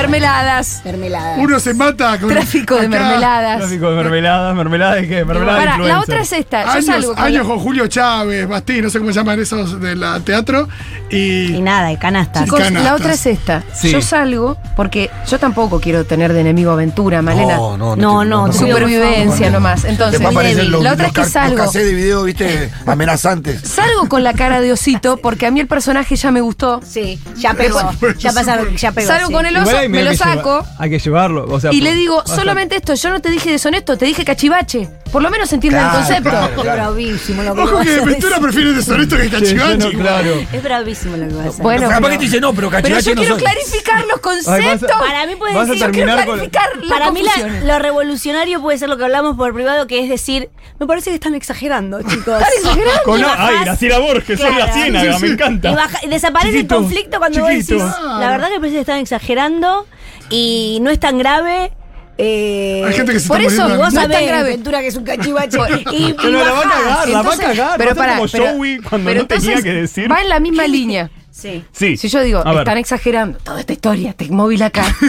Speaker 2: mermeladas,
Speaker 13: Mermelada.
Speaker 6: Uno se mata con
Speaker 2: tráfico de
Speaker 6: acá,
Speaker 2: mermeladas.
Speaker 4: Tráfico de mermeladas, mermeladas de qué? Mermelada de
Speaker 2: Para, la
Speaker 4: influencer.
Speaker 2: otra es esta. Yo
Speaker 6: Años,
Speaker 2: salgo con
Speaker 6: años
Speaker 2: la-
Speaker 6: con Julio Chávez, Bastí, no sé cómo se llaman esos del teatro. Y,
Speaker 13: Y nada, y canastas.
Speaker 2: Chicos,
Speaker 6: canastas.
Speaker 2: la otra es esta.
Speaker 4: Sí.
Speaker 2: Yo salgo porque yo tampoco quiero tener de enemigo aventura, Malena.
Speaker 13: No, no, te pido, por favor.
Speaker 2: Supervivencia nomás. Entonces,
Speaker 5: Después aparecen los,
Speaker 2: la otra es
Speaker 5: los
Speaker 2: que
Speaker 5: car-
Speaker 2: salgo.
Speaker 5: los cassettes de video, viste, amenazantes.
Speaker 2: Salgo con la cara de osito porque a mí el personaje ya me gustó.
Speaker 13: Sí, ya pegó. Ya pasaron, ya pegó.
Speaker 2: Salgo
Speaker 13: sí.
Speaker 2: con el
Speaker 4: Igual
Speaker 2: oso,
Speaker 4: hay
Speaker 2: me
Speaker 4: medio
Speaker 2: lo
Speaker 4: que
Speaker 2: saco.
Speaker 4: lleva- hay que llevarlo. O sea,
Speaker 2: Y
Speaker 4: por-
Speaker 2: le digo,
Speaker 4: basta.
Speaker 2: solamente esto, yo no te dije deshonesto, te dije cachivache. Por lo menos entiendan
Speaker 5: Claro,
Speaker 2: el concepto.
Speaker 5: claro,
Speaker 13: Es bravísimo lo que
Speaker 6: Ojo
Speaker 13: vas
Speaker 6: que
Speaker 13: a
Speaker 6: de
Speaker 13: decir.
Speaker 6: Ventura prefiere deshonesto que
Speaker 4: Sí, yo
Speaker 6: cachivache.
Speaker 4: no, claro.
Speaker 13: Es bravísimo lo que vas a hacer.
Speaker 2: Bueno,
Speaker 5: Capaz
Speaker 2: pero-
Speaker 5: que te dice no, pero
Speaker 2: Pero
Speaker 5: cachivache
Speaker 2: yo
Speaker 5: no
Speaker 2: quiero
Speaker 5: soy.
Speaker 2: clarificar los
Speaker 4: Ay,
Speaker 2: conceptos.
Speaker 4: vas a-
Speaker 13: Para mí puede
Speaker 4: vas a
Speaker 13: decir, yo
Speaker 2: Quiero
Speaker 4: terminar con.
Speaker 2: clarificar las
Speaker 13: Para mí la-
Speaker 2: confusiones.
Speaker 13: lo revolucionario puede ser lo que hablamos por privado, que es decir, me parece que están exagerando, chicos.
Speaker 2: Están exagerando.
Speaker 4: Con-
Speaker 13: Y
Speaker 4: ay,
Speaker 13: bajás-
Speaker 4: Graciela Borges, soy
Speaker 13: Claro.
Speaker 4: la ciénaga, me encanta.
Speaker 13: Y baja- y desaparece
Speaker 4: Chiquito,
Speaker 13: el conflicto cuando vos
Speaker 4: chiquito.
Speaker 13: decís, la verdad que me parece que están exagerando y no es tan grave. eh,
Speaker 6: Hay gente que se
Speaker 2: por
Speaker 6: está
Speaker 2: eso
Speaker 6: muriendo.
Speaker 13: vos
Speaker 2: No es tan
Speaker 13: sabés,
Speaker 2: grave.
Speaker 13: Ventura, que es un cachivache. y, y
Speaker 4: Pero la va a
Speaker 13: bajás.
Speaker 4: cagar, la va a
Speaker 13: Entonces-
Speaker 4: cagar.
Speaker 2: Pero
Speaker 4: va a
Speaker 2: para.
Speaker 4: ser como
Speaker 2: pero-
Speaker 4: Joey cuando
Speaker 2: pero
Speaker 4: no tenía
Speaker 2: entonces
Speaker 4: que decir.
Speaker 2: Va en la misma línea.
Speaker 13: Sí.
Speaker 4: Sí.
Speaker 2: Si yo digo,
Speaker 4: A ver,
Speaker 2: están exagerando toda esta historia, te móvil acá.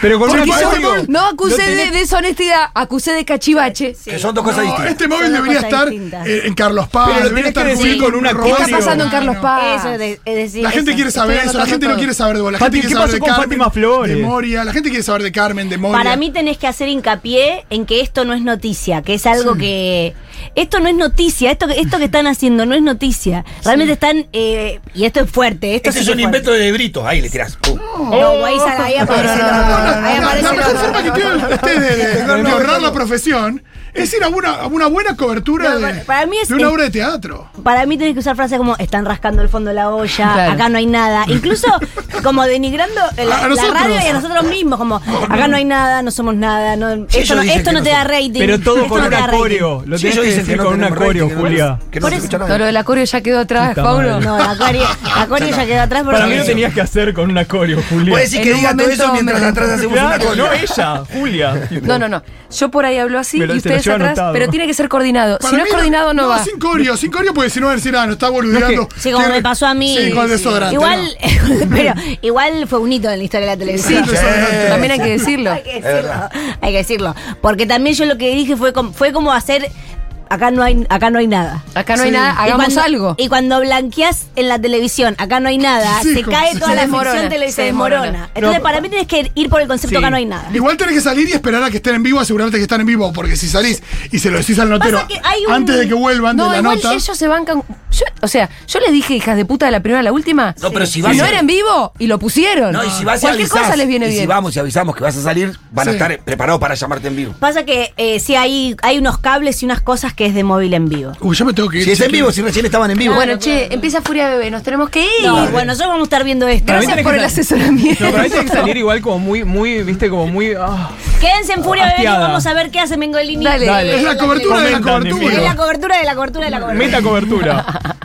Speaker 4: Pero con
Speaker 2: Porque
Speaker 4: una
Speaker 2: yo
Speaker 4: palabra-
Speaker 2: no acusé
Speaker 4: tenés-
Speaker 2: de deshonestidad, acusé de cachivache.
Speaker 5: Que son dos cosas
Speaker 6: No,
Speaker 5: distintas.
Speaker 6: este móvil
Speaker 13: Son
Speaker 6: debería
Speaker 13: cosas
Speaker 6: estar
Speaker 13: distintas.
Speaker 6: eh, en Carlos Paz.
Speaker 4: Pero lo tenés
Speaker 6: debería
Speaker 4: que
Speaker 6: estar
Speaker 4: decir
Speaker 6: cubierto
Speaker 4: con una
Speaker 6: un
Speaker 2: ¿Qué está
Speaker 4: Obvio.
Speaker 2: pasando en Carlos Paz?
Speaker 13: Eso de- es decir,
Speaker 6: La gente
Speaker 13: eso.
Speaker 6: quiere saber
Speaker 13: Estoy
Speaker 6: eso, la gente
Speaker 13: anotando
Speaker 6: no quiere
Speaker 13: todo.
Speaker 6: saber de vos, la
Speaker 4: Fati,
Speaker 6: gente quiere
Speaker 4: ¿qué
Speaker 6: saber
Speaker 4: pasó
Speaker 6: de
Speaker 4: con
Speaker 6: Carmen,
Speaker 4: Fátima Flores?
Speaker 6: de Moria, la gente quiere saber de Carmen, de Moria.
Speaker 13: Para mí tenés que hacer hincapié en que esto no es noticia, que es algo que... Esto no es noticia, esto, que- esto que están haciendo no es noticia. Realmente están... eh, y esto es fuerte. Esto
Speaker 5: Este
Speaker 13: sí
Speaker 5: es
Speaker 13: que
Speaker 5: un
Speaker 13: fuerte.
Speaker 5: invento de Brito. Ahí le tirás. Uh.
Speaker 13: No, ahí, sale- ahí aparece el otro. Ahí
Speaker 6: La, la
Speaker 13: aparece el
Speaker 6: mejor
Speaker 13: otro.
Speaker 6: forma que tienen ustedes de, de honrar la profesión Es ir a una, a una buena cobertura
Speaker 13: No,
Speaker 6: de,
Speaker 13: para- para mí es
Speaker 6: de una
Speaker 13: el-
Speaker 6: obra de teatro.
Speaker 13: Para mí tenés que usar frases como están rascando el fondo de la olla,
Speaker 6: Claro.
Speaker 13: acá no hay nada. Incluso como denigrando
Speaker 6: A
Speaker 13: la, la
Speaker 6: nosotros.
Speaker 13: radio y a nosotros mismos, como acá no hay nada, no somos nada, no-
Speaker 4: Sí,
Speaker 13: esto,
Speaker 4: ellos
Speaker 13: no,
Speaker 4: dicen
Speaker 13: esto
Speaker 4: que
Speaker 13: no te da
Speaker 4: nosotros-
Speaker 13: rating.
Speaker 4: Pero todo
Speaker 13: esto
Speaker 4: con
Speaker 13: no te
Speaker 4: un
Speaker 13: da rating.
Speaker 4: acorio. Lo
Speaker 2: Sí,
Speaker 4: tienes
Speaker 2: ellos
Speaker 4: que
Speaker 2: dicen
Speaker 4: decir
Speaker 2: que no
Speaker 4: con un
Speaker 2: tenemos
Speaker 4: acorio,
Speaker 2: rating, que no-
Speaker 4: Julia.
Speaker 2: que no Por se eso- escucha nadie. no, lo del acorio ya quedó atrás,
Speaker 4: Puta
Speaker 2: Paulo.
Speaker 4: madre.
Speaker 13: No, la acorio, la acorio ya quedó atrás.
Speaker 4: Para mí
Speaker 13: porque-
Speaker 4: lo tenías que hacer con un acorio,
Speaker 5: Pues
Speaker 4: Julia.
Speaker 2: Puedes decir que En un diga todo momento eso mientras me- atrás hacemos un
Speaker 4: Claro,
Speaker 2: acorio.
Speaker 4: No, ella, Julia.
Speaker 2: No, no, no. Yo por ahí hablo así
Speaker 4: Me lo-
Speaker 2: y
Speaker 4: te lo
Speaker 2: ustedes
Speaker 4: llevo
Speaker 2: atrás,
Speaker 4: anotado.
Speaker 2: pero tiene que ser coordinado.
Speaker 6: Para
Speaker 2: si no
Speaker 6: mí
Speaker 2: es coordinado, no, va.
Speaker 6: sin corio, sin corio, porque si no van a decir, ah, no está boludeando.
Speaker 13: Sí, como
Speaker 6: Tiene-
Speaker 13: me pasó a mí.
Speaker 6: Sí, con el desodorante.
Speaker 13: Igual, pero igual fue un hito en la historia de la televisión.
Speaker 6: Sí, Sí, sí.
Speaker 2: también hay que decirlo.
Speaker 13: hay que decirlo. Hay que decirlo. Porque también yo lo que dije fue como, fue como hacer. Acá no hay, acá no hay nada.
Speaker 2: Acá no hay Sí. nada,
Speaker 13: Y
Speaker 2: hagamos
Speaker 13: cuando-
Speaker 2: algo.
Speaker 13: Y cuando blanqueás en la televisión, acá no hay nada,
Speaker 6: Sí,
Speaker 13: se
Speaker 6: como-
Speaker 13: cae
Speaker 6: se
Speaker 13: toda la
Speaker 2: desmorona,
Speaker 13: ficción televisiva.
Speaker 2: se
Speaker 13: Se desmorona.
Speaker 2: desmorona.
Speaker 13: Entonces,
Speaker 6: No.
Speaker 13: para mí tenés que ir por el concepto
Speaker 6: Sí.
Speaker 13: acá no hay nada.
Speaker 6: Igual tenés que salir y esperar a que estén en vivo, asegurarte que están en vivo, porque si salís y se lo decís al notero
Speaker 13: Pasa que hay un-
Speaker 6: antes de que vuelvan
Speaker 2: No,
Speaker 6: de la
Speaker 2: igual
Speaker 6: nota.
Speaker 2: ellos se bancan. yo- o sea, yo les dije, hijas de puta, de la primera a la última.
Speaker 20: No, pero si vas
Speaker 2: no
Speaker 20: a-
Speaker 2: era en vivo y lo pusieron.
Speaker 20: No, y si vas y
Speaker 2: Cualquier
Speaker 20: avisás,
Speaker 2: cosa les viene
Speaker 20: y
Speaker 2: bien.
Speaker 20: si vamos y avisamos que vas a salir, van a
Speaker 2: Sí.
Speaker 20: estar preparados para llamarte en vivo.
Speaker 13: Pasa que eh, sí hay, hay unos cables y unas cosas que es de móvil en vivo.
Speaker 6: Uy, yo me tengo que ir.
Speaker 20: Si es en
Speaker 6: chiquillos.
Speaker 20: vivo, si recién estaban en vivo.
Speaker 2: bueno, che, empieza Furia Bebé, nos tenemos que ir.
Speaker 13: No, bueno, nosotros vamos a estar viendo esto.
Speaker 4: Para mí
Speaker 2: Gracias
Speaker 4: tenés
Speaker 2: por
Speaker 4: que
Speaker 2: el
Speaker 4: sal-
Speaker 2: asesoramiento.
Speaker 4: No, pero ahí tenés que salir igual como muy, muy, viste, como muy. ah.
Speaker 13: Quédense en Furia Bebé y
Speaker 4: Hastiada.
Speaker 13: vamos a ver qué hace Mengolini.
Speaker 4: Dale. Dale. Es la cobertura de la Comentan, cobertura.
Speaker 13: Es la cobertura de la cobertura de la cobertura.
Speaker 4: Meta cobertura.